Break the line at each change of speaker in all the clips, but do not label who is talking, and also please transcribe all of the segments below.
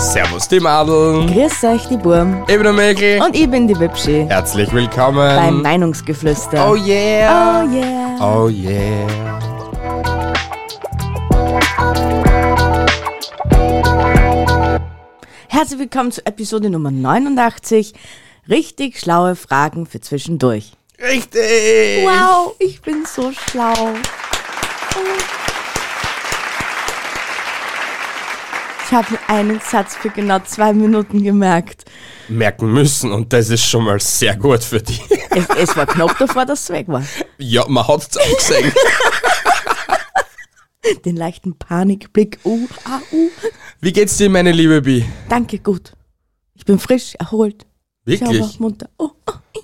Servus die Madeln.
Grüß euch, die Burm.
Ich bin der Mäkel.
Und ich bin die Wipschi.
Herzlich willkommen.
Beim Meinungsgeflüster.
Ähm. oh yeah.
Oh yeah.
Oh yeah. Oh.
Herzlich willkommen zu Episode Nummer 89. Richtig schlaue Fragen für zwischendurch.
Richtig.
Wow, ich bin so schlau. Ich habe mir einen Satz für genau zwei Minuten gemerkt.
Merken müssen und das ist schon mal sehr gut für dich.
Es, es war knapp davor, dass es weg war.
ja, man hat's auch gesehen.
Den leichten Panikblick. Uh, ah, uh.
Wie geht's dir, meine liebe Bi?
Danke, gut. Ich bin frisch, erholt, sauber,
Wirklich?
munter. Oh, oh.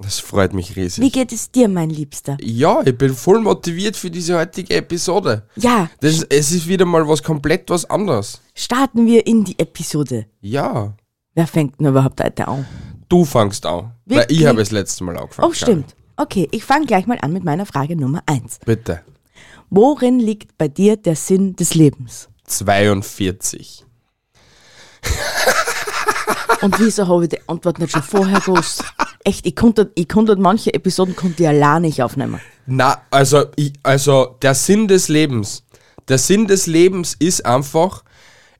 Das freut mich riesig.
Wie geht es dir, mein Liebster?
Ja, ich bin voll motiviert für diese heutige Episode.
Ja,
Das, ist- es ist wieder mal was komplett was anderes.
starten wir in die Episode.
Ja.
Wer fängt denn überhaupt heute an?
Du fangst an. Weil ich
Wirklich?
habe es letztes Mal angefangen.
Oh, stimmt. Okay, ich fange gleich mal an mit meiner Frage Nummer 1.
Bitte.
Worin liegt bei dir der Sinn des Lebens?
42.
Und wieso habe ich die Antwort nicht schon vorher gewusst? Echt, ich konnte, ich konnte manche Episoden konnte ich allein nicht aufnehmen.
Na, also, ich, also der Sinn des Lebens. Der Sinn des Lebens ist einfach,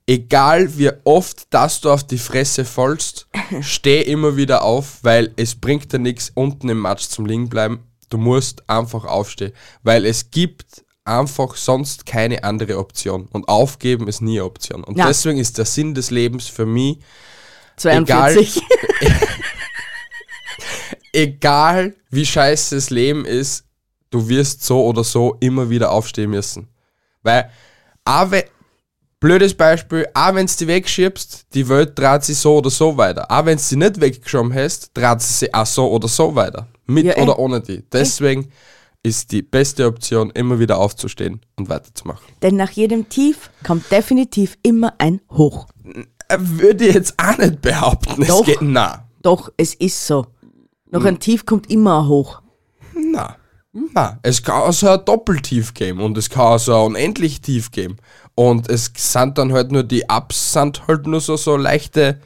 egal wie oft dass du auf die Fresse fallst, steh immer wieder auf, weil es bringt dir nichts unten im Matsch zum liegen bleiben. Du musst einfach aufstehen, weil es gibt einfach sonst keine andere Option und aufgeben ist nie eine Option. Und
Ja.
deswegen ist der Sinn des Lebens für mich
42.
egal wie scheiße das Leben ist, du wirst so oder so immer wieder aufstehen müssen. Weil, auch wenn, blödes Beispiel, auch wenn du die wegschiebst, die Welt dreht sich so oder so weiter. Auch wenn du sie nicht weggeschoben hast, dreht sie sich auch so oder so weiter. Mit
Ja, eh.
oder ohne die. Deswegen ist die beste Option, immer wieder aufzustehen und weiterzumachen.
Denn nach jedem Tief kommt definitiv immer ein Hoch.
Äh, Würde ich jetzt auch nicht behaupten.
Doch.
Es geht, na,
Doch, es ist so. Nach einem Tief kommt immer ein Hoch.
Na, na. Es kann also ein Doppeltief geben und es kann also ein unendlich tief geben. Und es sind dann halt nur die Ups, sind halt nur so, so leichte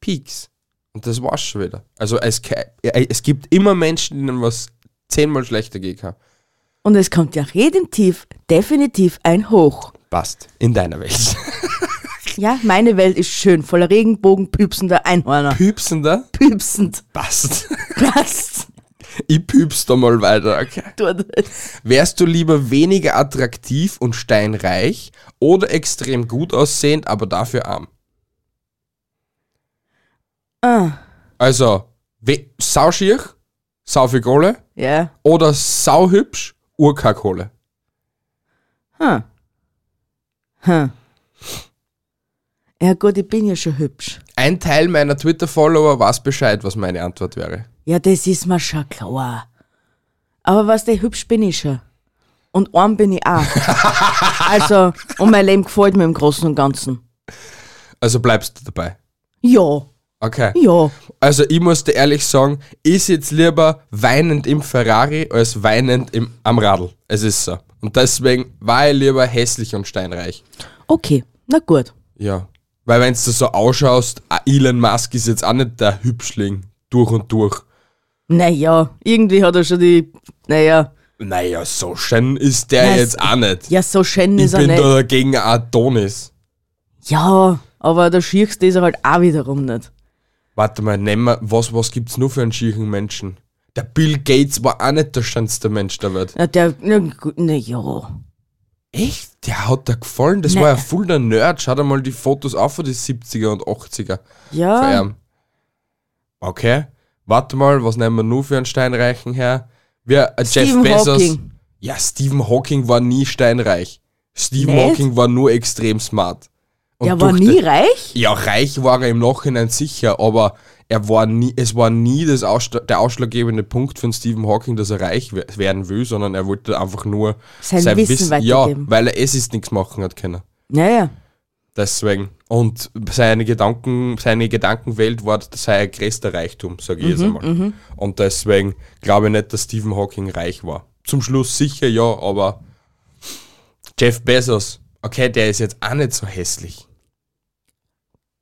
Peaks. Und das war's schon wieder. Also es, ke- äh, es gibt immer Menschen, denen was zehnmal schlechter gehen kann.
Und es kommt nach jedem Tief definitiv ein Hoch.
Passt. In deiner Welt.
Ja, meine Welt ist schön, voller Regenbogen, püpsender Einhörner.
Püpsender?
Püpsend.
Passt.
Passt.
Ich püps da mal weiter, okay?
Du das.
Wärst du lieber weniger attraktiv und steinreich oder extrem gut aussehend, aber dafür arm?
Ah,
Also, we- sauschier, sau viel Kohle
ja.
oder sauhübsch, Urkakohle.
Hm. Hm. Ja gut, ich bin ja schon hübsch.
Ein Teil meiner Twitter-Follower weiß Bescheid, was meine Antwort wäre.
Ja, das ist mir schon klar. Aber was der hübsch bin ich schon. Und arm bin ich auch. also, und mein Leben gefällt mir im Großen und Ganzen.
Also bleibst du dabei.
Ja,
Okay.
ja.
Also ich muss dir ehrlich sagen, ich sitze lieber weinend im Ferrari als weinend im, am Radl. Es ist so. Und deswegen war ich lieber hässlich und steinreich.
Okay, na gut.
Ja. Weil wenn du so ausschaust, ah, Elon Musk ist jetzt auch nicht der Hübschling. Durch und durch.
Naja, irgendwie hat er schon die. Naja,
Naja, so schön ist der
Na, es-
jetzt auch nicht.
ja, so schön
Ich
ist er
bin
nicht.
da gegen Adonis.
Ja, aber der Schierste ist er halt auch wiederum nicht.
Warte mal, nehmen wir, was, was gibt's nur für einen schieren Menschen? Der Bill Gates war auch nicht der schönste Mensch der Welt.
Na, der, na, gut, na ja.
Echt? Der hat dir gefallen? Das
Nein.
war ja voll der Nerd. Schau dir mal die Fotos auf von den 70er und 80er. Von
Ja,
ihm. Okay. Warte mal, was nehmen wir nur für einen steinreichen her? Wir, äh, Jeff
Stephen
Bezos.
Hawking.
Ja, Stephen Hawking war nie steinreich. Stephen
Nicht?
Hawking war nur extrem smart. Und
der war
durch
nie
die-
reich.
Ja, reich war er im Nachhinein sicher, aber er war nie, es war nie das Ausschla der ausschlaggebende Punkt von Stephen Hawking, dass er reich we- werden will, sondern er wollte einfach nur
Sein Wissen
Ja,
weitergeben.
weil er es ist nichts machen hat können.
Naja,
Deswegen. Und seine Gedanken, seine Gedankenwelt war sein größter Reichtum, sage ich jetzt
Mhm,
einmal. Und deswegen glaube ich nicht, dass Stephen Hawking reich war. Zum Schluss sicher ja, aber Jeff Bezos, okay, der ist jetzt auch nicht so hässlich.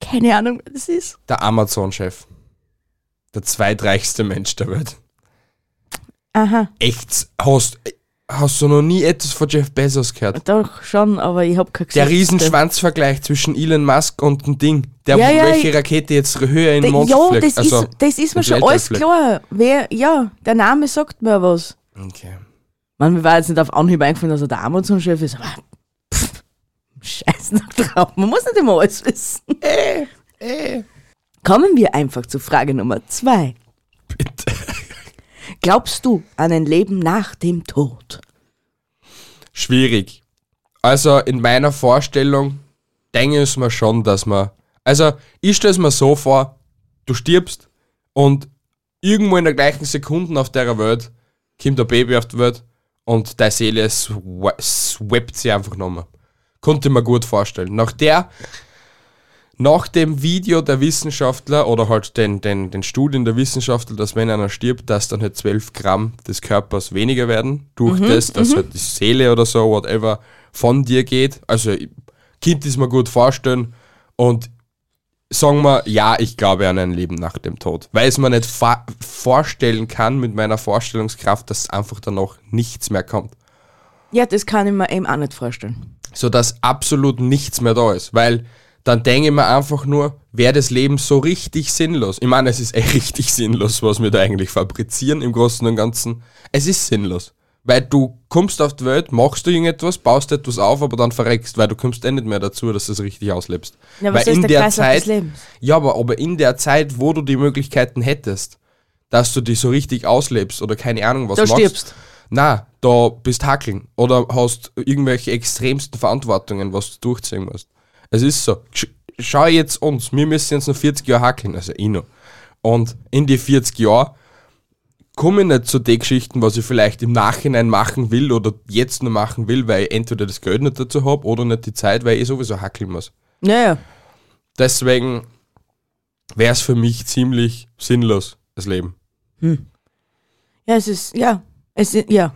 Keine Ahnung, wer das ist.
Der Amazon-Chef. Der zweitreichste Mensch der Welt.
Aha,
Echt? Hast, hast du noch nie etwas von Jeff Bezos gehört?
doch schon, aber ich habe kein
Der
Gesicht.
Riesenschwanzvergleich zwischen Elon Musk und dem Ding. Der,
Ja, ja,
welche
ich-
Rakete jetzt höher in den
Der-
Mond
Ja,
fliegt. Also,
das, ist, das ist mir
ins
schon alles
Weltall
klar. Wer, ja, der Name sagt mir was.
Okay.
Man, mir war jetzt nicht auf Anhieb eingefallen, dass er der Amazon-Chef ist, aber pff, scheiß noch drauf. Man muss nicht immer alles wissen. Äh, Kommen wir einfach zu Frage Nummer zwei.
Bitte.
Glaubst du an ein Leben nach dem Tod?
Schwierig. Also in meiner Vorstellung denke ich mir schon, dass man. Also ich stelle es mir so vor, du stirbst und irgendwo in der gleichen Sekunde auf der Welt kommt ein Baby auf die Welt und deine Seele swa- swappt sie einfach nochmal. Konnte ich mir gut vorstellen. Nach der, nach dem Video der Wissenschaftler oder halt den, den, den Studien der Wissenschaftler, dass wenn einer stirbt, dass dann halt 12 Gramm des Körpers weniger werden, durch das, dass halt die Seele oder so, whatever, von dir geht. Also, ich- Kind ist mir gut vorstellen und sagen wir, ja, ich glaube an ein Leben nach dem Tod, weil es mir nicht fa- vorstellen kann mit meiner Vorstellungskraft, dass einfach danach nichts mehr kommt
Ja, das kann ich mir eben auch nicht vorstellen.
so dass absolut nichts mehr da ist, weil dann denke ich mir einfach nur, wäre das Leben so richtig sinnlos. Ich meine, es ist eh richtig sinnlos, was wir da eigentlich fabrizieren im Großen und Ganzen. Es ist sinnlos, weil du kommst auf die Welt, machst du irgendetwas, baust etwas auf, aber dann verreckst, weil du kommst eh nicht mehr dazu, dass du es richtig auslebst.
Ja, aber
weil
so ist der Kreislauf des Lebens.
ja, aber, aber in der Zeit, wo du die Möglichkeiten hättest, dass du die so richtig auslebst oder keine Ahnung was
Da
machst.
stirbst.
Na, da bist hackeln oder hast irgendwelche extremsten Verantwortungen, was du durchziehen musst. Es ist so. Sch schau jetzt uns, wir müssen jetzt noch 40 Jahre hackeln, also ich noch. Und in die 40 Jahre komme ich nicht zu den Geschichten, was ich vielleicht im Nachhinein machen will oder jetzt noch machen will, weil ich entweder das Geld nicht dazu habe oder nicht die Zeit, weil ich eh sowieso hackeln muss.
Naja,
Deswegen wäre es für mich ziemlich sinnlos, das Leben.
ja, es ist, ja, es ist, ja,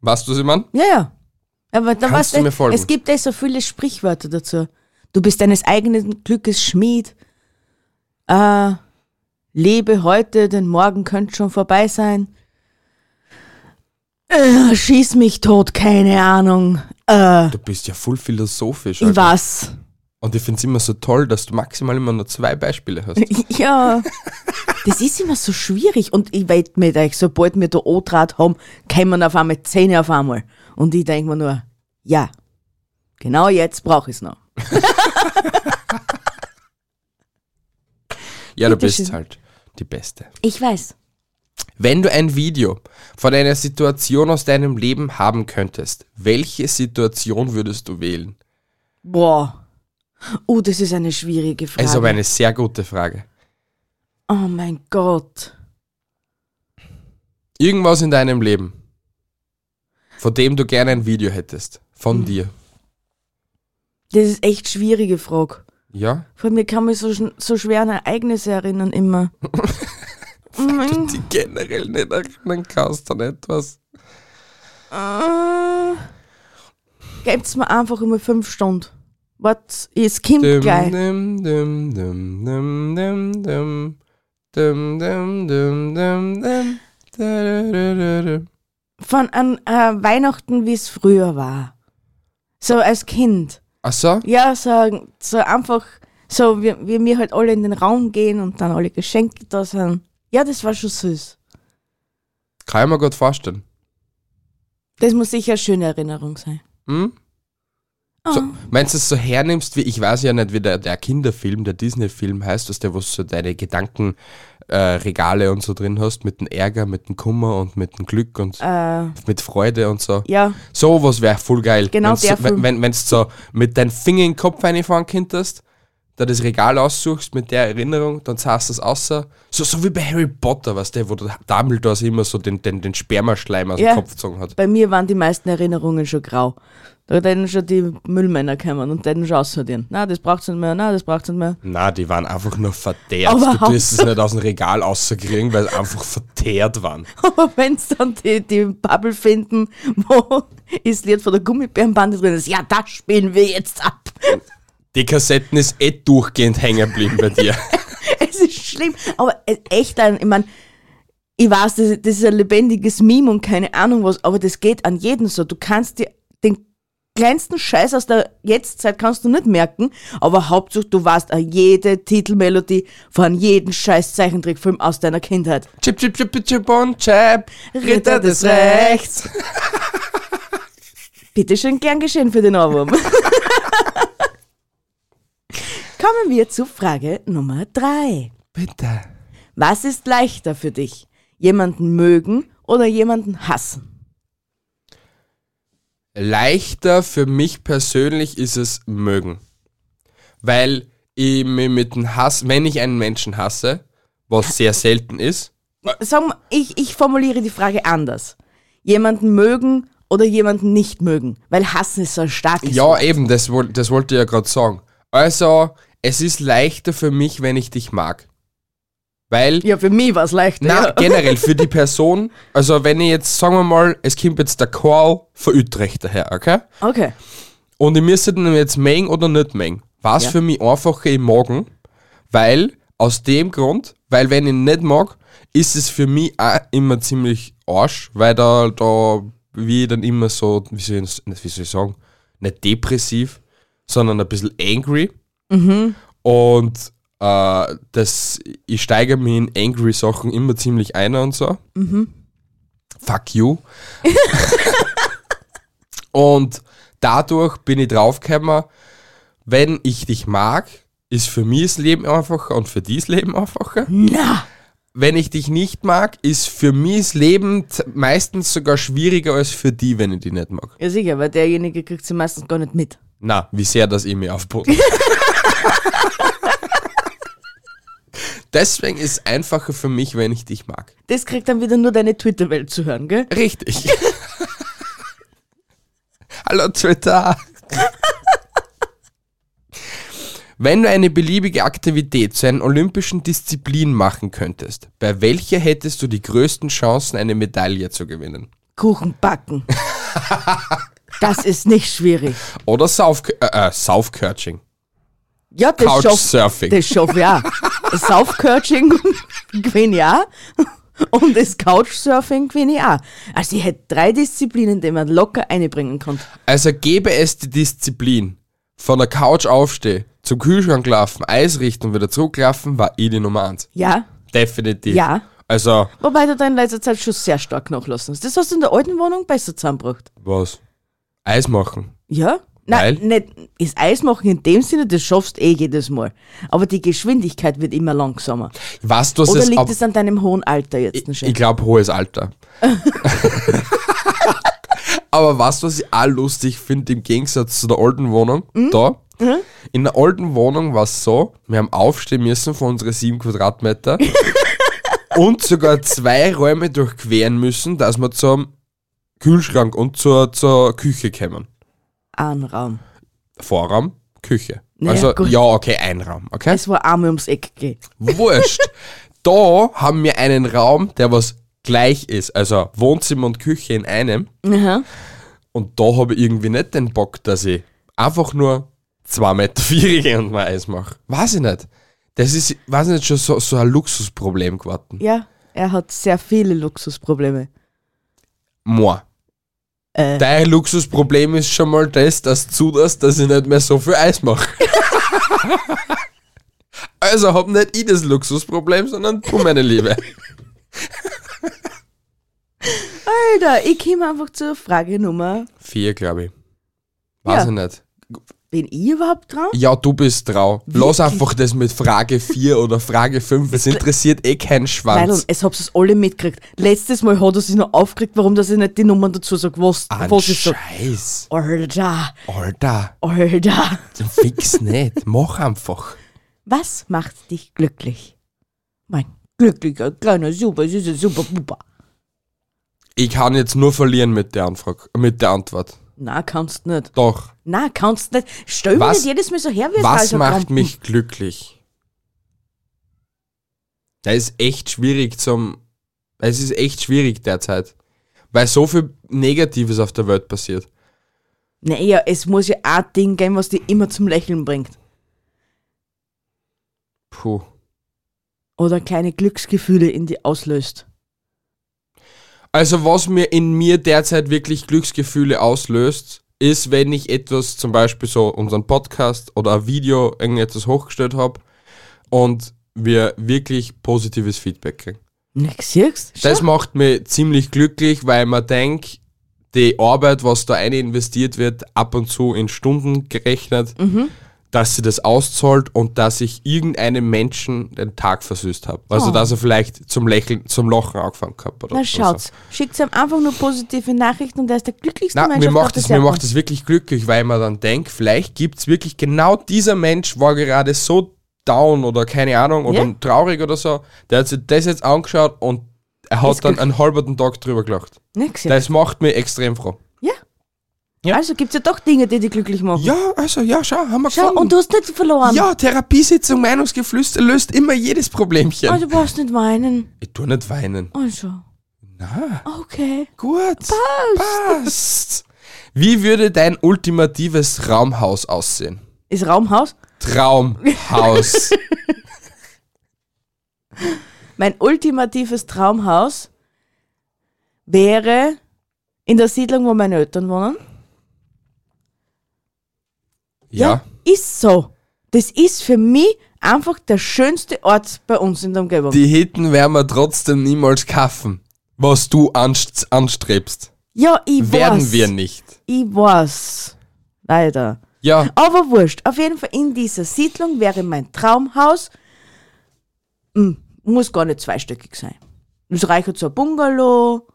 Weißt du, was ich meine?
ja, ja. Aber da
Kannst
weißt
du mir folgen?
es gibt eh so viele Sprichwörter dazu. Du bist deines eigenen Glückes Schmied. Äh, lebe heute, denn morgen könnte schon vorbei sein. Äh, schieß mich tot, keine Ahnung. Äh,
Du bist ja voll philosophisch.
ich
Alter.
was?
Und ich finde es immer so toll, dass du maximal immer nur zwei Beispiele hast.
Ja. Das ist immer so schwierig und ich wette mit euch, sobald wir da O-Draht haben, kommen auf einmal Zähne auf einmal. Und ich denke mir nur, ja, genau jetzt brauche ich es noch.
Ja, du
Bitteschön.
bist halt die Beste.
Ich weiß.
Wenn du ein Video von einer Situation aus deinem Leben haben könntest, welche Situation würdest du wählen?
Boah. Oh, das ist eine schwierige Frage.
Es ist aber eine sehr gute Frage.
oh mein Gott.
Irgendwas in deinem Leben, von dem du gerne ein Video hättest. Von
Hm.
dir.
Das ist echt schwierige Frage.
Ja?
Von mir kann mich so, schn- so schwer an Ereignisse erinnern immer. Mm.
Du die generell nicht erinnern kannst an etwas.
Äh, Gebt's mir einfach immer fünf Stunden. Was? Es kommt
Dum,
gleich.
dum, dum, dum, dum, dum, dum. Dum, dum, dum, dum, dum. Da, da, da, da, da.
von an äh, Weihnachten, wie es früher war. So als Kind.
Ach so?
Ja, so, so einfach, so wie, wie wir halt alle in den Raum gehen und dann alle Geschenke da sind. Ja, das war schon süß.
Kann ich mir gut vorstellen.
Das muss sicher eine schöne Erinnerung sein.
Hm?
Oh.
So, meinst du es so hernimmst, wie ich weiß ja nicht, wie der, der Kinderfilm, der Disney-Film heißt, dass der, wo du so deine Gedankenregale äh, Regale und so drin hast, mit dem Ärger, mit dem Kummer und mit dem Glück und
Äh,
mit Freude und so.
ja,
So was wäre voll geil.
Genau
wenn's
der
so, wenn,
Film.
wenn, wenn's so mit deinem Finger in den Kopf reinfahren könntest, da das Regal aussuchst mit der Erinnerung, dann zahlst du es außer. So, so wie bei Harry Potter, weißt du, wo der Dumbledore sich immer so den, den, den Spermaschleim aus
Ja.
dem Kopf gezogen hat.
bei mir waren die meisten Erinnerungen schon grau. Da hätten schon die Müllmänner kommen und hätten schon aussortieren. Na, das braucht's nicht mehr, na, das braucht's nicht mehr.
Na, die waren einfach nur verteert.
Aber
du wirst es
Hauptsache-
nicht aus dem Regal rauskriegen, weil sie einfach verteert waren.
Aber wenn's dann die, die Bubble finden, wo ist Lied von der Gummibärenbande drin ist, ja, das spielen wir jetzt ab.
Die Kassetten ist eh durchgehend hängen geblieben bei dir.
Es ist schlimm, aber e- echt, ein- ich meine, ich weiß, das, das ist ein lebendiges Meme und keine Ahnung was, aber das geht an jeden so. Du kannst dir den kleinsten Scheiß aus der Jetztzeit kannst du nicht merken, aber Hauptsache du weißt an jede Titelmelodie von jedem scheiß Zeichentrickfilm aus deiner Kindheit.
Chip, chip, chip, chip, chip und chip. Ritter des Rechts.
Bitteschön, gern geschehen für den Ohrwurm. Kommen wir zu Frage Nummer drei.
Bitte.
Was ist leichter für dich? Jemanden mögen oder jemanden hassen?
Leichter für mich persönlich ist es mögen. Weil ich mir mit dem Hass, wenn ich einen Menschen hasse, was sehr selten ist,
Sagen wir, ich, ich formuliere die Frage anders. Jemanden mögen oder jemanden nicht mögen? Weil hassen ist so ein starkes
Ja,
Wort.
eben, das, woll- das wollte ich ja gerade sagen. Also, es ist leichter für mich, wenn ich dich mag. Weil,
Ja, für mich war es leichter.
na,
ja.
generell für die Person, also wenn ich jetzt, sagen wir mal, es kommt jetzt der Karl von Utrecht daher, okay?
Okay.
Und ich müsste den jetzt mengen oder nicht mengen. Was
Ja.
für mich einfacher im Magen, weil, aus dem Grund, weil wenn ich ihn nicht mag, ist es für mich auch immer ziemlich Arsch, weil da, da wie ich dann immer so, wie soll ich, wie soll ich sagen, nicht depressiv, sondern ein bisschen angry. Und äh, das, ich steigere mich in angry Sachen immer ziemlich ein und so. Fuck you. und dadurch bin ich draufgekommen, wenn ich dich mag, ist für mich das Leben einfacher und für dich das Leben einfacher.
Na,
Wenn ich dich nicht mag, ist für mich das Leben t- meistens sogar schwieriger als für die, wenn ich dich nicht mag.
ja sicher, weil derjenige kriegt sie meistens gar nicht mit.
Na, wie sehr das in mir aufbaut. Deswegen ist es einfacher für mich, wenn ich dich mag.
Das kriegt dann wieder nur deine Twitter-Welt zu hören, gell?
Richtig. Hallo Twitter. Wenn du eine beliebige Aktivität zu einer olympischen Disziplin machen könntest, bei welcher hättest du die größten Chancen, eine Medaille zu gewinnen?
Kuchen backen. Das ist nicht schwierig.
Oder Sauf äh, äh, Saufcoaching.
Ja, das schafft.
Couchsurfing.
Das schaffe ich auch. Saufcoaching gewinne ich auch. Und das Couchsurfing gewinne ich auch. Also ich hätte drei Disziplinen, die man locker einbringen konnte.
Also gäbe es die Disziplin, von der Couch aufstehen, zum Kühlschrank laufen, Eis richten und wieder zurücklaufen, war ich die Nummer eins.
Ja?
Definitiv.
Ja.
Also,
Wobei du da in letzter Zeit schon sehr stark nachlassen hast. Das hast du in der alten Wohnung besser zusammengebracht.
was? Eis machen.
Ja? Nein,
Weil?
nicht ist Eis machen in dem Sinne, das schaffst eh jedes Mal. Aber die Geschwindigkeit wird immer langsamer.
Was, was
Oder
es
liegt
ab,
es an deinem hohen Alter jetzt noch
Ich glaube, hohes Alter. Aber was, was ich auch lustig finde, im Gegensatz zu der alten Wohnung,
Mhm.
da, in der alten Wohnung war es so, wir haben aufstehen müssen von unseren sieben Quadratmeter und sogar zwei Räume durchqueren müssen, dass wir zum Kühlschrank und zur, zur Küche kommen.
Ein Raum.
Vorraum, Küche.
Naja,
also,
gut.
ja, okay, ein Raum, okay?
Es war einmal ums Eck gehen.
Wurscht. da haben wir einen Raum, der was gleich ist. Also Wohnzimmer und Küche in einem.
Aha.
Und da habe ich irgendwie nicht den Bock, dass ich einfach nur zwei Meter vier gehe und mein Eis mache. Weiß ich nicht. Das ist, weiß ich nicht, schon so, so ein Luxusproblem geworden.
Ja, er hat sehr viele Luxusprobleme.
Moi.
Äh.
Dein Luxusproblem ist schon mal das, dass du zulässt, dass ich nicht mehr so viel Eis mache. also hab nicht ich das Luxusproblem, sondern du, meine Liebe.
Alter, ich komme einfach zur Frage Nummer.
Vier, glaube ich. Weiß
Ja.
ich nicht.
Bin ich überhaupt dran?
Ja, du bist trau. Lass einfach das mit Frage 4 oder Frage 5. Es interessiert eh keinen
Nein,
Schwanz.
es hab's es alle mitgekriegt. Letztes Mal hat er sich noch aufgeregt, warum dass ich nicht die Nummern dazu sage, was,
Ein
was ich sag.
Scheiß.
Alter,
Alter,
Alter.
fix nicht. Mach einfach.
Was macht dich glücklich? Mein glücklicher, kleiner, super, süßer, super, pupa.
Ich kann jetzt nur verlieren mit der Anfrage, mit der Antwort.
Na, kannst nicht.
Doch.
Na, kannst nicht. Stell mich
Was-
nicht jedes Mal so her, wie es
Was
also
macht
Krampen.
mich glücklich? Da ist echt schwierig zum. Es ist echt schwierig derzeit. Weil so viel Negatives auf der Welt passiert.
Naja, es muss ja ein Ding geben, was dich immer zum Lächeln bringt.
Puh.
oder kleine Glücksgefühle in die auslöst.
Also was mir in mir derzeit wirklich Glücksgefühle auslöst, ist, wenn ich etwas, zum Beispiel so unseren Podcast oder ein Video, irgendetwas hochgestellt habe und wir wirklich positives Feedback kriegen.
Na, siehst
Das macht mir ziemlich glücklich, weil man denkt, die Arbeit, was da eine investiert wird, ab und zu in Stunden gerechnet,
Mhm.
dass sie das auszahlt und dass ich irgendeinem Menschen den Tag versüßt habe. Also
Oh.
dass er vielleicht zum Lächeln, zum Lachen angefangen hat. Oder
Na
oder
schaut's, schickt ihm einfach nur positive Nachrichten und er ist der glücklichste
Na,
Mensch
mir
auf
macht,
der
es, mir
Erde.
macht es wirklich glücklich, weil man dann denkt, vielleicht gibt es wirklich genau dieser Mensch war gerade so down oder keine Ahnung oder
Ja.
traurig oder so, der hat sich das jetzt angeschaut und er hat
Ist
dann
glücklich.
einen halben Tag drüber gelacht.
Na, siehst.
Das macht mich extrem froh.
ja.
Ja.
Also gibt's ja doch Dinge, die dich glücklich machen.
Ja, also ja, schau, haben wir
Schau, und du hast nicht verloren.
ja, Therapiesitzung Meinungsgeflüster löst immer jedes Problemchen.
Oh, du brauchst nicht weinen.
ich tu nicht weinen.
Also,
Na,
okay.
gut. Passt. Passt. Wie würde dein ultimatives Raumhaus aussehen?
Ist Raumhaus?
Traumhaus.
Mein ultimatives Traumhaus wäre in der Siedlung, wo meine Eltern wohnen.
ja.
Ist so. Das ist für mich einfach der schönste Ort bei uns in der Umgebung.
Die Hitten werden wir trotzdem niemals kaufen, was du anst anstrebst.
ja, ich
Werden
weiß.
wir nicht.
Ich weiß. Leider.
Ja,
Aber wurscht. Auf jeden Fall in dieser Siedlung wäre mein Traumhaus. Hm, muss gar nicht zweistöckig sein. Es reicht so ein Bungalow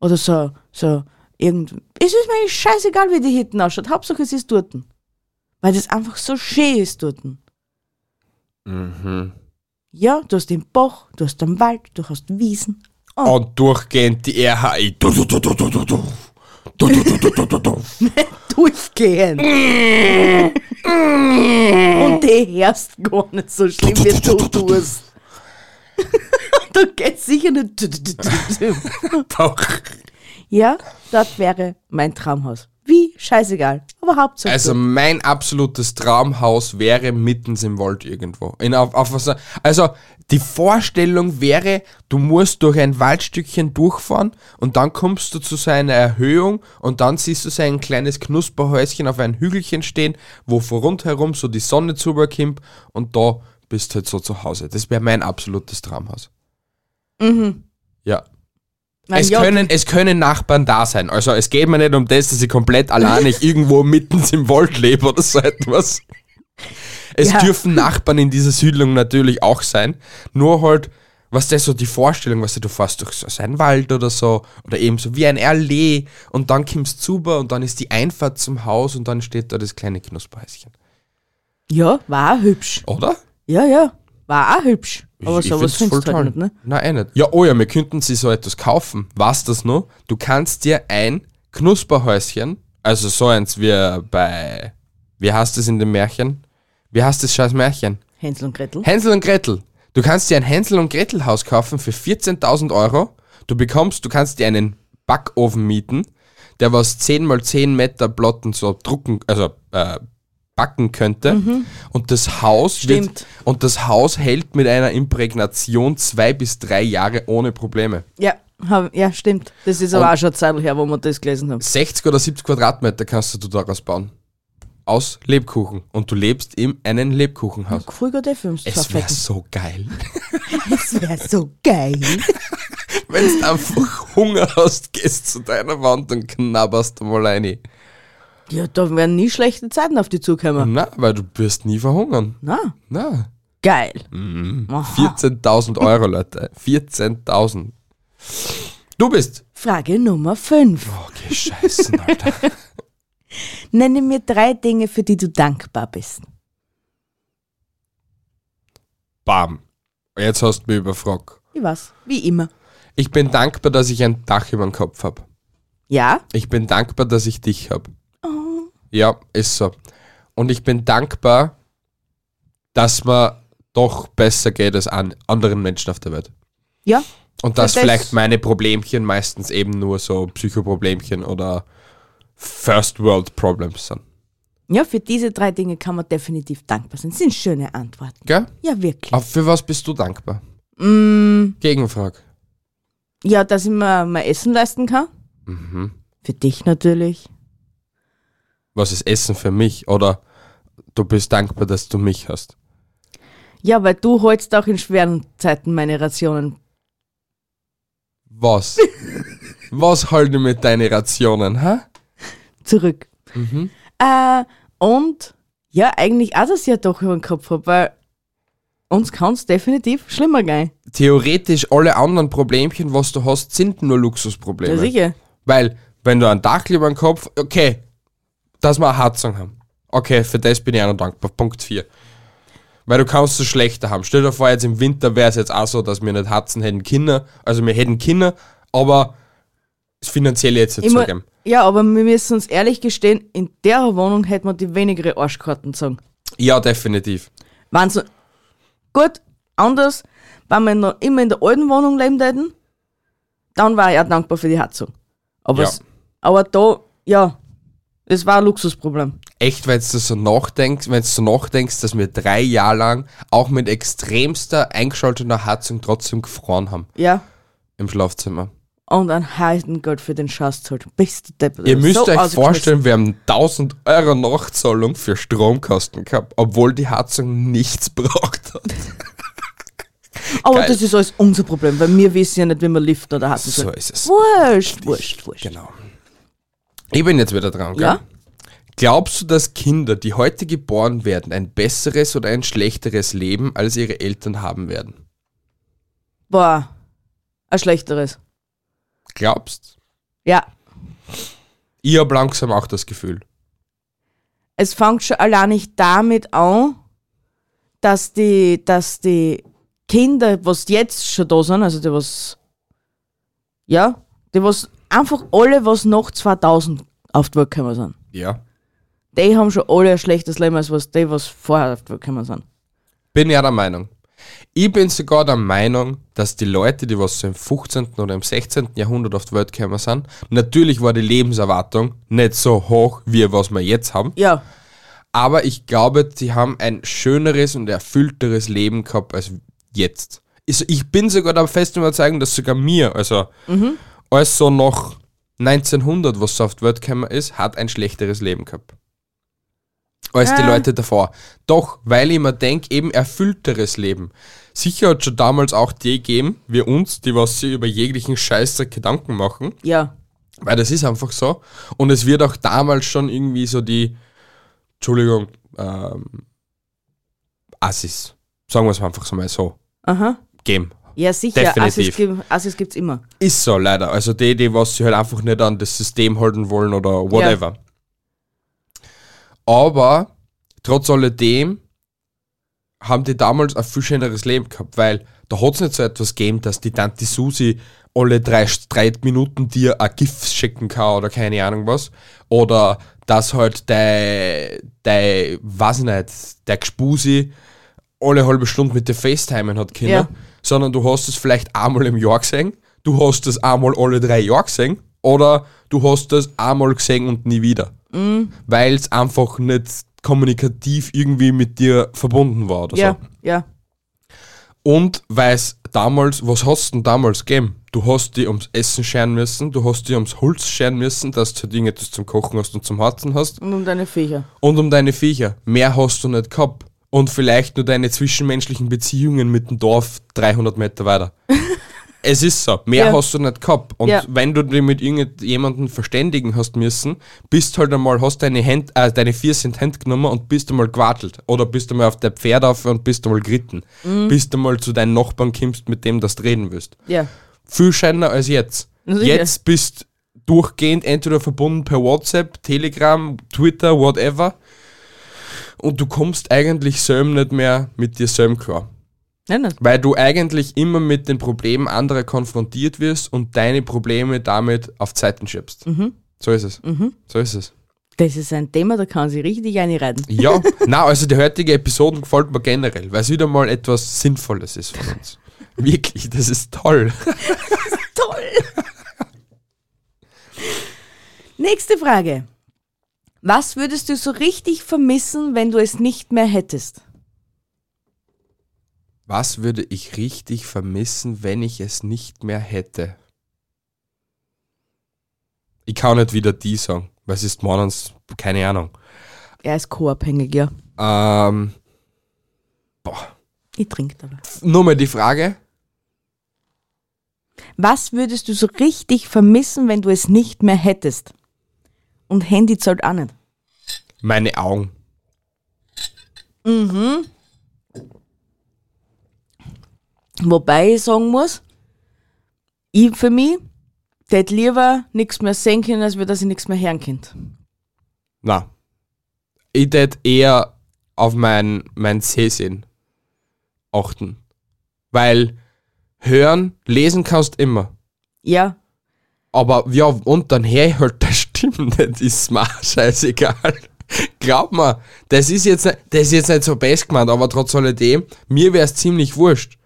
oder so, so irgend. Es ist mir eigentlich scheißegal, wie die hinten ausschaut. Hauptsache es ist dort. Weil das einfach so schön ist dort. Ja, du hast den Bach, du hast den Wald, du hast Wiesen.
und durchgehend die RHI. Du, du, du, du, du, du, du. Du, du, du, du, du, du, du.
Durchgehend. Und die hörst gar nicht so schlimm, wie du tust. da geht's sicher nicht.
Doch.
Ja, dort wäre mein Traumhaus. Wie? Scheißegal. Aber Hauptsache.
Also
dort.
mein absolutes Traumhaus wäre mittens im Wald irgendwo. In, auf, auf, was- also die Vorstellung wäre, du musst durch ein Waldstückchen durchfahren und dann kommst du zu so einer Erhöhung und dann siehst du so ein kleines Knusperhäuschen auf einem Hügelchen stehen, wo von rundherum so die Sonne zuberkommt und da bist halt so zu Hause. Das wäre mein absolutes Traumhaus. Mhm. Ja.
Mein
Es
Job.
können, es können Nachbarn da sein. Also es geht mir nicht um das, dass ich komplett alleinig irgendwo mitten im Wald lebe oder so etwas. Es
Ja.
dürfen Nachbarn in dieser Siedlung natürlich auch sein. Nur halt, was das so die Vorstellung, was du fährst durch so einen Wald oder so, oder eben so wie ein Allee und dann kommst du rüber und dann ist die Einfahrt zum Haus und dann steht da das kleine Knusperhäuschen.
Ja, war auch hübsch.
Oder?
Ja, ja. War auch hübsch. Aber
ich
sowas
find's voll
findest du
toll.
halt nicht, ne?
Nein, eh nicht. Ja, oh ja, wir könnten sie so etwas kaufen. Was das nur? Du kannst dir ein Knusperhäuschen, also so eins wie bei, wie heißt es in dem Märchen? Wie heißt das scheiß Märchen?
ne? Hänsel und Gretel.
Hänsel und Gretel. Du kannst dir ein Hänsel und Gretel Haus kaufen für 14.000 Euro. Du bekommst, du kannst dir einen Backofen mieten, der was 10 mal 10 Meter Platten so drucken, also äh, backen könnte. Und das Haus wird,
Stimmt.
und das Haus hält mit einer Imprägnation zwei bis drei Jahre ohne Probleme.
Ja, hab, ja, stimmt. Das ist aber auch schon eine Zeit her, wo wir das gelesen haben.
60 oder 70 Quadratmeter kannst du daraus bauen. Aus Lebkuchen. Und du lebst in einem Lebkuchenhaus.
Früher der Film zu
Es wäre
verfecken.
so geil.
Das wäre so geil.
Wenn du einfach Hunger hast, gehst zu deiner Wand und knabberst mal rein.
Ja, da werden nie schlechte Zeiten auf die zukommen.
Na, weil du wirst nie verhungern.
Na,
Na,
geil.
14.000 Euro, Leute. 14.000. Du bist.
Frage Nummer 5.
Oh, gescheißen, Alter.
Nenne mir drei Dinge, für die du dankbar bist.
Bam. Jetzt hast du mich überfragt.
Ich weiß, wie immer.
Ich bin dankbar, dass ich ein Dach über dem Kopf habe.
Ja?
Ich bin dankbar, dass ich dich habe. Ja, ist so. Und ich bin dankbar, dass mir doch besser geht als an anderen Menschen auf der Welt.
Ja?
Und dass
das-
vielleicht meine Problemchen meistens eben nur so Psychoproblemchen oder First World Problems sind.
Ja, für diese drei Dinge kann man definitiv dankbar sein. Das sind schöne Antworten.
Gell?
Ja, wirklich.
Aber für was bist du dankbar?
Mm,
Gegenfrage.
ja, dass ich mir mein Essen leisten kann.
Mhm.
Für dich natürlich.
Was ist Essen für mich? Oder du bist dankbar, dass du mich hast.
Ja, weil du holst auch in schweren Zeiten meine Rationen.
Was? was halt du mit deinen Rationen, hä?
zurück.
Mhm.
Äh, und ja, eigentlich auch, dass ich ja doch über den Kopf habe, weil uns kann es definitiv schlimmer gehen.
Theoretisch alle anderen Problemchen, was du hast, sind nur Luxusprobleme.
Ja, sicher.
Weil, wenn du ein Dach über den Kopf, okay, dass wir eine Heizung haben. Okay, für das bin ich auch noch dankbar. Punkt 4. Weil du kannst es schlechter haben. Stell dir vor, jetzt im Winter wäre es jetzt auch so, dass wir nicht Herzen hätten Kinder. Also wir hätten Kinder, aber das finanzielle jetzt nicht
Ich mu-
zugeben.
ja, aber wir müssen uns ehrlich gestehen, in der Wohnung hätte man die wenigere Arschkarten sagen.
Ja, definitiv.
Wahnsinn. Gut, anders, wenn wir noch immer in der alten Wohnung leben hätten, dann war ich auch dankbar für die Heizung. Aber,
Ja.
es, aber da, ja, es war ein Luxusproblem.
Echt, wenn du so nachdenkst, wenn du so nachdenkst, dass wir drei Jahre lang auch mit extremster eingeschalteter Heizung trotzdem gefroren haben
Ja.
im Schlafzimmer.
und ein heißen Geld für den Schatz zahlt. Bist du deppert.
Ihr müsst
So
euch
ausgeschmissen.
vorstellen, wir haben 1000 Euro Nachzahlung für Stromkosten gehabt, obwohl die Heizung nichts braucht hat.
Aber
Geil.
das ist alles unser Problem, weil wir wissen ja nicht, wie man Lift oder heißen
So
soll.
ist es.
Wurscht, wurscht, wurscht.
Genau. Ich bin jetzt wieder dran, gell?
Ja?
Glaubst du, dass Kinder, die heute geboren werden, ein besseres oder ein schlechteres Leben als ihre Eltern haben werden?
Boah, ein schlechteres.
Glaubst?
Ja,
Ich habe langsam auch das Gefühl.
es fängt schon allein nicht damit an, dass die, dass die Kinder, was jetzt schon da sind, also die was, ja, die was einfach alle, was nach 2000 auf die Welt gekommen sind,
Ja.
die haben schon alle ein schlechtes Leben, als was die, was vorher auf die Welt gekommen sind.
Bin ja der Meinung. Ich bin sogar der Meinung, dass die Leute, die was so im 15. oder im 16. Jahrhundert auf die Welt gekommen sind, natürlich war die Lebenserwartung nicht so hoch, wie was wir jetzt haben,
Ja,
aber ich glaube, sie haben ein schöneres und erfüllteres Leben gehabt als jetzt. Also Ich bin sogar der festen Überzeugung, dass sogar mir, also als so noch 1900, was so auf die Welt gekommen ist, hat ein schlechteres Leben gehabt. Als die
Ah.
Leute davor. Doch, weil ich mir denke, eben erfüllteres Leben. Sicher hat schon damals auch die gegeben, wie uns, die was sie über jeglichen Scheißdreck Gedanken machen.
ja.
Weil das ist einfach so. Und es wird auch damals schon irgendwie so die, Entschuldigung, ähm, Assis. Sagen wir es einfach so mal so.
Aha.
Game.
Ja, sicher.
Definitiv.
Assis, gibt- Assis gibt's immer.
Ist so, leider. Also die, die was sie halt einfach nicht an das System halten wollen oder whatever. Aber trotz alledem haben die damals ein viel schöneres Leben gehabt, weil da hat es nicht so etwas gegeben, dass die Tante Susi alle drei, drei Minuten dir ein GIF schicken kann oder keine Ahnung was. Oder dass halt dein, dein weiß nicht, der Gspusi alle halbe Stunde mit dir FaceTimen hat können,
Ja.
sondern du hast es vielleicht einmal im Jahr gesehen, du hast es einmal alle drei Jahre gesehen oder du hast es einmal gesehen und nie wieder. Weil es einfach nicht kommunikativ irgendwie mit dir verbunden war oder
Ja,
so.
ja.
Und weil es damals, was hast du denn damals gegeben? Du hast dir ums Essen scheren müssen, du hast dir ums Holz scheren müssen, dass du halt irgendetwas zum Kochen hast und zum Harzen hast
Und um deine Viecher.
und um deine Viecher. Mehr hast du nicht gehabt. Und vielleicht nur deine zwischenmenschlichen Beziehungen mit dem Dorf 300 Meter weiter. es ist so. Mehr
Ja.
hast du nicht gehabt. Und
Ja.
wenn du dich mit irgendjemandem verständigen hast müssen, bist halt einmal, hast deine Hand, äh, deine vier sind Hand genommen und bist einmal gewartelt. Oder bist einmal auf der Pferd auf und bist einmal geritten.
Mhm.
Bist einmal zu deinen Nachbarn kimmst, mit dem das reden willst
Ja.
viel schöner als jetzt.
Sicher.
Jetzt bist durchgehend entweder verbunden per WhatsApp, Telegram, Twitter, whatever. Und du kommst eigentlich selber nicht mehr mit dir selber klar.
Nein, nein.
Weil du eigentlich immer mit den Problemen anderer konfrontiert wirst und deine Probleme damit auf Zeiten schiebst. So ist es. So ist es.
Das ist ein Thema, da kann sie richtig einreiten.
Ja, na also die heutige Episode gefällt mir generell, weil es wieder mal etwas Sinnvolles ist von uns. Wirklich, das ist toll.
Toll! Nächste Frage. Was würdest du so richtig vermissen, wenn du es nicht mehr hättest?
Was würde ich richtig vermissen, wenn ich es nicht mehr hätte? Ich kann nicht wieder die sagen, weil es ist morgens, keine Ahnung.
Er ist co-abhängig, ja.
Ähm, boah.
Ich trinke dabei.
Nur mal die Frage,
Was würdest du so richtig vermissen, wenn du es nicht mehr hättest? Und Handy zahlt auch nicht.
meine Augen.
Wobei ich sagen muss, ich für mich tät lieber nichts mehr sehen können, als wir, dass ich nichts mehr hören könnt.
Na, ich tät eher auf mein, mein Sehsinn achten. Weil hören, lesen kannst immer.
Ja,
Aber ja, und dann hör ich halt, das stimmt nicht, ist mir auch scheißegal. Glaub mir, das ist jetzt nicht, das ist jetzt nicht so best gemeint, aber trotz alledem, mir wär's ziemlich wurscht.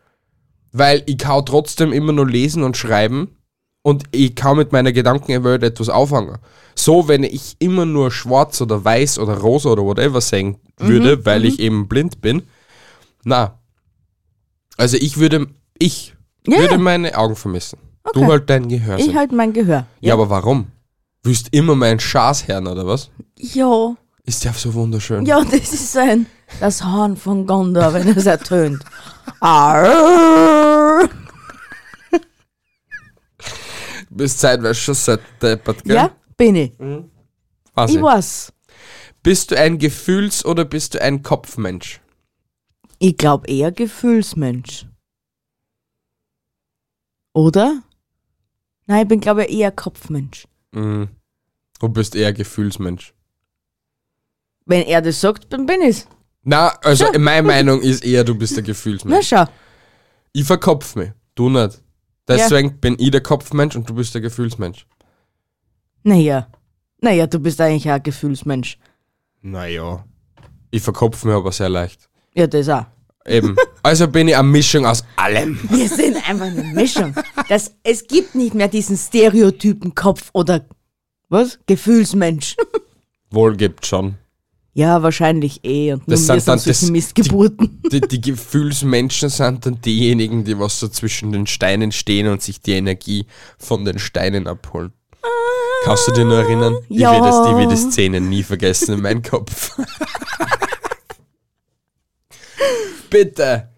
Weil ich kann trotzdem immer nur lesen und schreiben und ich kann mit meiner Gedankenwelt etwas auffangen. So, wenn ich immer nur schwarz oder weiß oder rosa oder whatever sehen
Mhm,
würde, weil ich eben blind bin. Na. Also ich würde, ich
Ja,
würde
ja.
meine Augen vermissen. Du
Okay.
halt dein Gehör.
ich halt mein Gehör.
Ja, aber warum? Willst immer meinen Schaß hören, oder was?
Ja,
Ist ja so wunderschön.
ja, das ist ein, das Horn von Gondor, wenn es ertönt. Arrrrrr.
Bist zeitweise schon seit deppert, gell?
Ja, bin ich.
Weiß
Ich
ich.
weiß.
Bist du ein Gefühls- oder bist du ein Kopfmensch?
Ich glaube eher Gefühlsmensch. Oder? Nein, ich bin glaube ich eher Kopfmensch.
Mhm. Du bist eher Gefühlsmensch.
Wenn er das sagt, dann bin ich's.
Na, also
Ja.
meine Meinung ist eher, du bist der
Na
Gefühlsmensch.
schau.
Ich verkopf mich, du nicht. Deswegen bin ich der Kopfmensch und du bist der Gefühlsmensch.
Naja. Naja, du bist eigentlich auch ein Gefühlsmensch.
Naja. Ich verkopf mich aber sehr leicht.
Ja, das auch.
Eben. also bin ich eine Mischung aus allem.
Wir sind einfach eine Mischung. Das, es gibt nicht mehr diesen Stereotypen Kopf oder was? Gefühlsmensch.
Wohl gibt schon.
Ja, wahrscheinlich eh. Und nur
Das
wir
sind
sind
dann
solche
das-
Missgeburten.
die, die Gefühlsmenschen sind dann diejenigen, die was so zwischen den Steinen stehen und sich die Energie von den Steinen abholen. Kannst du dich noch erinnern?
Ja.
Ich will, das, ich will die Szene nie vergessen in meinem Kopf. Bitte.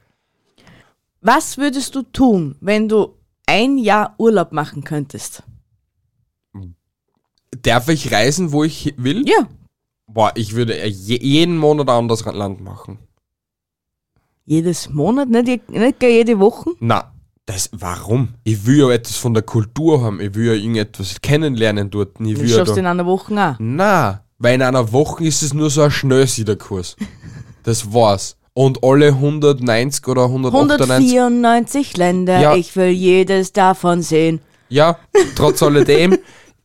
Was würdest du tun, wenn du ein Jahr Urlaub machen könntest?
Darf ich reisen, wo ich hi- will?
Ja.
Boah, ich würde je- jeden Monat ein anderes Land machen.
Jedes Monat, nicht, je- nicht gar jede Woche?
Na, das, warum? Ich will ja etwas von der Kultur haben. Ich will ja irgendetwas kennenlernen dort. Ich will
Das
ja
schaffst
da-
du in einer Woche auch.
Na, weil in einer Woche ist es nur so ein Schnellsiederkurs. Das war's. Und alle 190 oder 198.
194 Länder,
Ja.
ich will jedes davon sehen.
Ja, trotz alledem,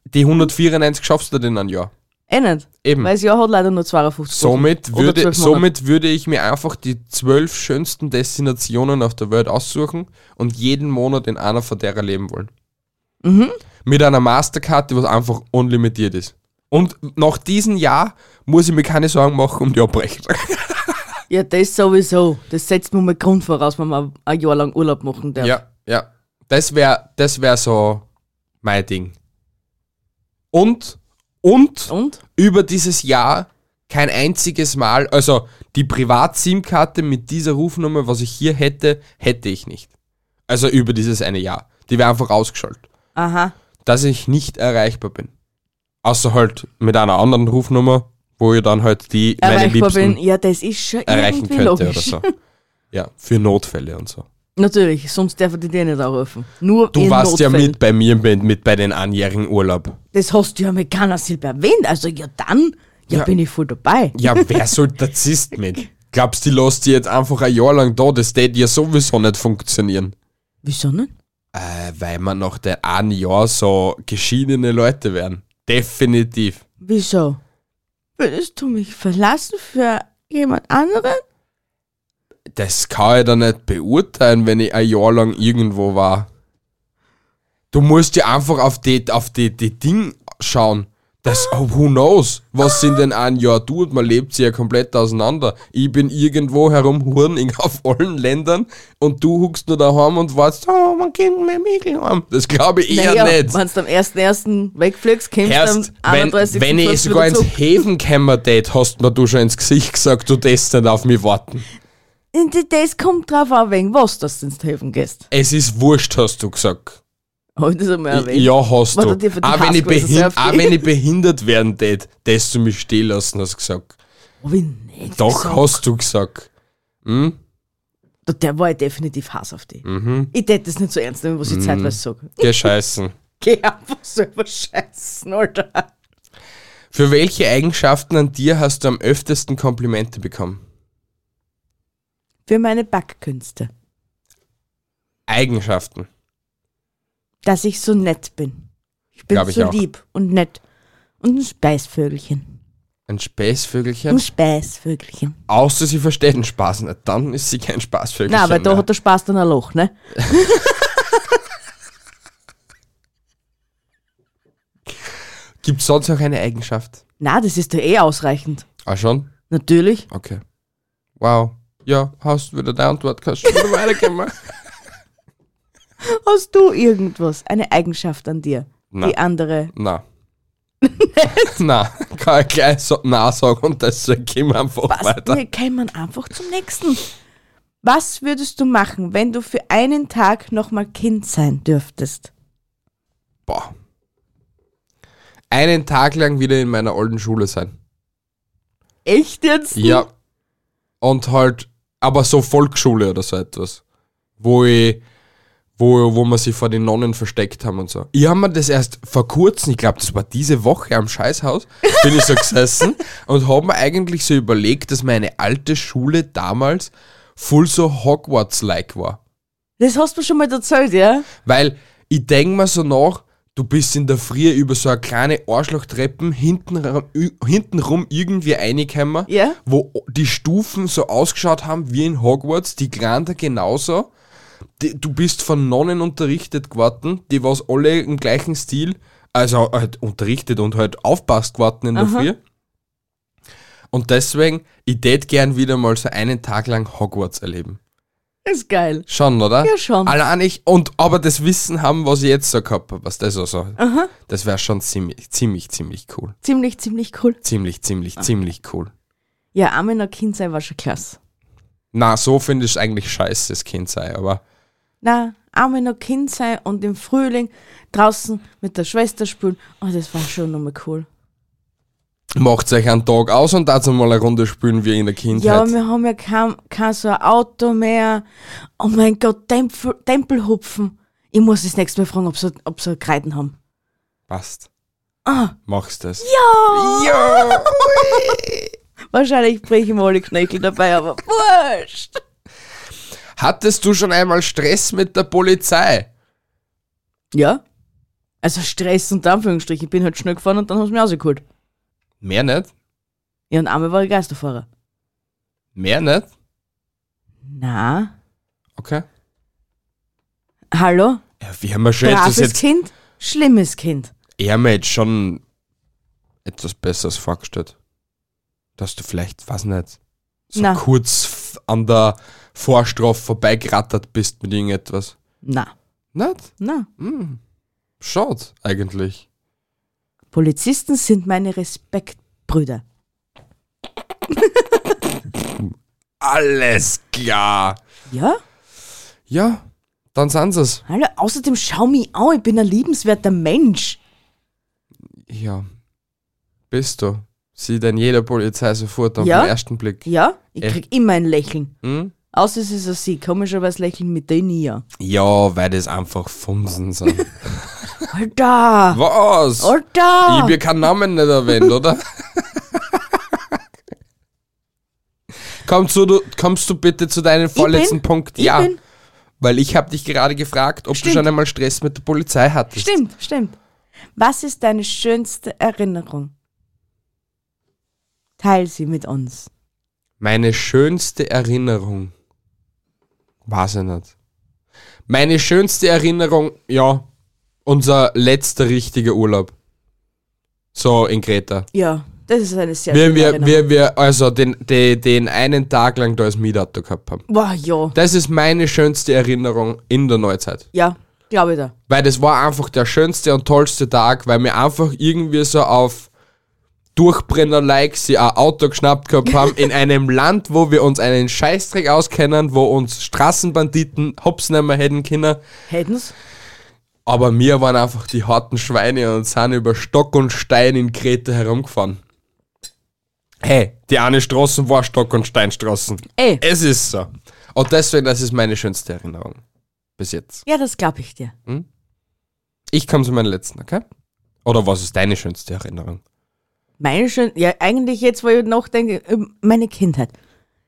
die 194 schaffst du denn ein Jahr.
Eh nicht.
Eben.
Weil das Jahr hat leider nur 52
Hm. Somit
Wochen. Oder
würde,
12 Monate.
somit würde ich mir einfach die zwölf schönsten Destinationen auf der Welt aussuchen und jeden Monat in einer von derer leben wollen.
Mhm.
Mit einer Mastercard, die was einfach unlimitiert ist. Und nach diesem Jahr muss ich mir keine Sorgen machen um die Abrechnung.
Ja, das sowieso. Das setzt nun mal Grund voraus, wenn man ein Jahr lang Urlaub machen darf.
Ja, ja. Das wäre das wär so mein Ding. Und, und,
Und?
über dieses Jahr kein einziges Mal, also die Privat-SIM-Karte mit dieser Rufnummer, was ich hier hätte, hätte ich nicht. Also über dieses eine Jahr. Die wäre einfach ausgeschaltet.
Aha.
Dass ich nicht erreichbar bin. Außer halt mit einer anderen Rufnummer, wo ich dann halt die meine
Erreichbar
Liebsten
bin. Ja, das ist schon
erreichen
irgendwie
könnte oder
logisch.
so. Ja, für Notfälle und so.
Natürlich, sonst darf er die dir nicht anrufen. Nur
Du
in
warst ja
Notfällen.
mit bei mir mit, mit bei den einjährigen Urlaub.
Das hast du ja mit keiner Silber erwähnt. Also ja dann, ja,
Ja.
bin ich voll dabei.
Ja, wer soll Narzisst mit? Glaubst du, die lässt die jetzt einfach ein Jahr lang da? Das tät ja sowieso nicht funktionieren.
Wieso nicht?
Äh, weil man nach der einen Jahr so geschiedene Leute werden. Definitiv.
Wieso? Würdest du mich verlassen für jemand anderen?
Das kann ich da nicht beurteilen, wenn ich ein Jahr lang irgendwo war. Du musst ja einfach auf die, auf die, die Ding schauen. Das, oh, who knows, was sie in den ein Jahr tut. Man lebt sie ja komplett auseinander. Ich bin irgendwo herumhuren in- auf allen Ländern und du huckst nur daheim und wartest, oh, mein Kind, mein Mädel haben. Das glaube ich eher nicht.
Wenn du am 1.1. wegfliegst, kommst du am
Erst, wenn,
31.
wenn ich sogar ins Häfen gekommen tät, hast mir du schon ins Gesicht gesagt, du darfst nicht auf mich warten.
Und Das kommt drauf an, wegen was dass du ins Häfen gehst.
Es ist wurscht, hast du gesagt.
Habe ich das einmal erwähnt?
Ja, hast
Warte,
du.
die- also die
Auch wenn, ich
Haskell ist das
behind,
nervt
auch
mich.
wenn ich behindert werden tät, das du mich stehen lassen, hast du gesagt.
Hab ich nicht
Doch,
gesagt.
hast du gesagt.
Da- Der war ja definitiv Hass auf dich.
Mhm.
Ich tät das nicht so ernst nehmen, was ich zeitweise sage.
Gescheißen.
Geh einfach selber scheißen, Alter.
Für welche Eigenschaften an dir hast du am öftesten Komplimente bekommen?
Für meine Backkünste.
Eigenschaften.
Dass ich so nett bin. Ich bin
Glaub ich
so
auch.
lieb und nett. Und ein Speisvögelchen.
Ein
Ein
Spaßvögelchen?
Speisvögelchen.
Außer sie versteht den Spaß nicht, dann ist sie kein Spaßvögelchen.
Na, aber da
mehr.
hat der Spaß dann ein Loch, ne?
Gibt sonst noch eine Eigenschaft?
Na, das ist ja eh ausreichend.
Ah, schon?
Natürlich.
Okay. Wow. Ja, hast du wieder deine Antwort, kannst schon wieder weiterkommen.
Hast du irgendwas, eine Eigenschaft an dir,
Na.
die andere
Na. Na, kann ich gleich so, na sagen und das gehen wir einfach
passt?
weiter.
Wir kämen einfach zum nächsten. Was würdest du machen, wenn du für einen Tag nochmal Kind sein dürftest?
Boah. Einen Tag lang wieder in meiner alten Schule sein.
Echt jetzt?
Ja. Und halt, aber so Volksschule oder so etwas. Wo ich, wo, wo wir sie vor den Nonnen versteckt haben und so. Ich habe mir das erst vor kurzem, ich glaube, das war diese Woche am Scheißhaus, bin ich so gesessen und habe mir eigentlich so überlegt, dass meine alte Schule damals voll so Hogwarts-like war.
Das hast du schon mal erzählt, ja?
Weil ich denke mir so nach, du bist in der Früh über so eine kleine Arschlochtreppen hintenrum, hintenrum irgendwie reingekommen,
Ja.
wo die Stufen so ausgeschaut haben wie in Hogwarts, die Grander genauso. Die, du bist von Nonnen unterrichtet geworden, die was alle im gleichen Stil, also halt unterrichtet und halt aufpasst geworden in der Früh. Und deswegen, ich tät gern wieder mal so einen Tag lang Hogwarts erleben.
Ist geil.
Schon, oder?
Ja, schon.
Allein ich, und aber das Wissen haben, was ich jetzt so gehabt habe, was das so so. Das wäre schon ziemlich, ziemlich, ziemlich cool.
Ziemlich, ziemlich cool.
Ziemlich, ziemlich, ziemlich cool.
Ja, einmal noch Kind sein war schon klasse.
Na, so finde ich es eigentlich scheiße, das Kind sei, aber
Na, einmal noch Kind sein und im Frühling draußen mit der Schwester spielen. Oh, das war schon nochmal cool.
macht euch einen Tag aus und dazu mal eine Runde spielen wir in der
Ja,
Kindheit.
aber wir haben ja kein, kein so ein Auto mehr. Oh mein Gott, Tempel, Tempelhupfen. Ich muss das nächste Mal fragen, ob sie, ob sie Kreiden haben.
Passt.
Ah.
Machst das. Ja! Ja!
Wahrscheinlich brechen wir alle Knöchel dabei, aber wurscht.
Hattest du schon einmal Stress mit der Polizei?
Ja. Also Stress und Anführungsstrich. Ich bin halt schnell gefahren und dann hast du mich rausgeholt.
Mehr nicht?
Ja, und einmal war ich Geisterfahrer.
Mehr nicht?
Na,
Okay.
hallo?
Ja, wir haben ja schon jetzt das
Braves
jetzt.
Kind, schlimmes Kind.
ich habe mir jetzt schon etwas Besseres vorgestellt. Dass du vielleicht, weiß nicht, so
Na.
kurz f- an der Vorstrafe vorbeigerattert bist mit irgendetwas.
Na,
Nicht?
na.
Hm. Schade, eigentlich.
Polizisten sind meine Respektbrüder.
Alles klar.
Ja?
Ja, dann sind es.
Hallo, außerdem schau mich an, ich bin ein liebenswerter Mensch.
Ja. Bist du. Sieht denn jeder Polizei sofort auf
Ja.
den ersten Blick.
Ja, ich
Echt?
krieg immer ein Lächeln.
Hm?
Außer es ist ein Sie, komischerweise lächeln mit denen ja.
Ja, weil das einfach Funsen sind.
Alter!
Was? Ich
Alter!
hab ja keinen Namen nicht erwähnt, oder? kommst, du, du, kommst du bitte zu deinem vorletzten
bin-
Punkt?
ich
ja,
bin-
weil ich habe dich gerade gefragt, ob
Stimmt.
du schon einmal Stress mit der Polizei hattest.
Stimmt, stimmt. Was ist deine schönste Erinnerung? Teil sie mit uns.
Meine schönste Erinnerung. Weiß ich nicht. Meine schönste Erinnerung, ja, unser letzter richtiger Urlaub. So in Kreta.
Ja, das ist eine sehr
Wir,
schöne
wir,
Erinnerung.
wir, wir, also den, den, den einen Tag lang da als Mietauto gehabt haben.
Boah, ja.
Das ist meine schönste Erinnerung in der Neuzeit.
Ja, glaube ich da.
Weil das war einfach der schönste und tollste Tag, weil wir einfach irgendwie so auf Durchbrenner-like sie ein Auto geschnappt gehabt haben in einem Land, wo wir uns einen Scheißdreck auskennen, wo uns Straßenbanditen hops nicht mehr hätten können.
Hätten's?
Aber wir waren einfach die harten Schweine und sind über Stock und Stein in Kreta herumgefahren. Hey, die eine Straße war Stock- und Steinstraßen.
Ey.
Es ist so. Und deswegen, das ist meine schönste Erinnerung. Bis jetzt.
Ja, das glaube ich dir.
Ich komme zu meinem letzten, okay? Oder was ist deine schönste Erinnerung?
Meine schön, ja, eigentlich jetzt, wo ich nachdenke, ähm, meine Kindheit.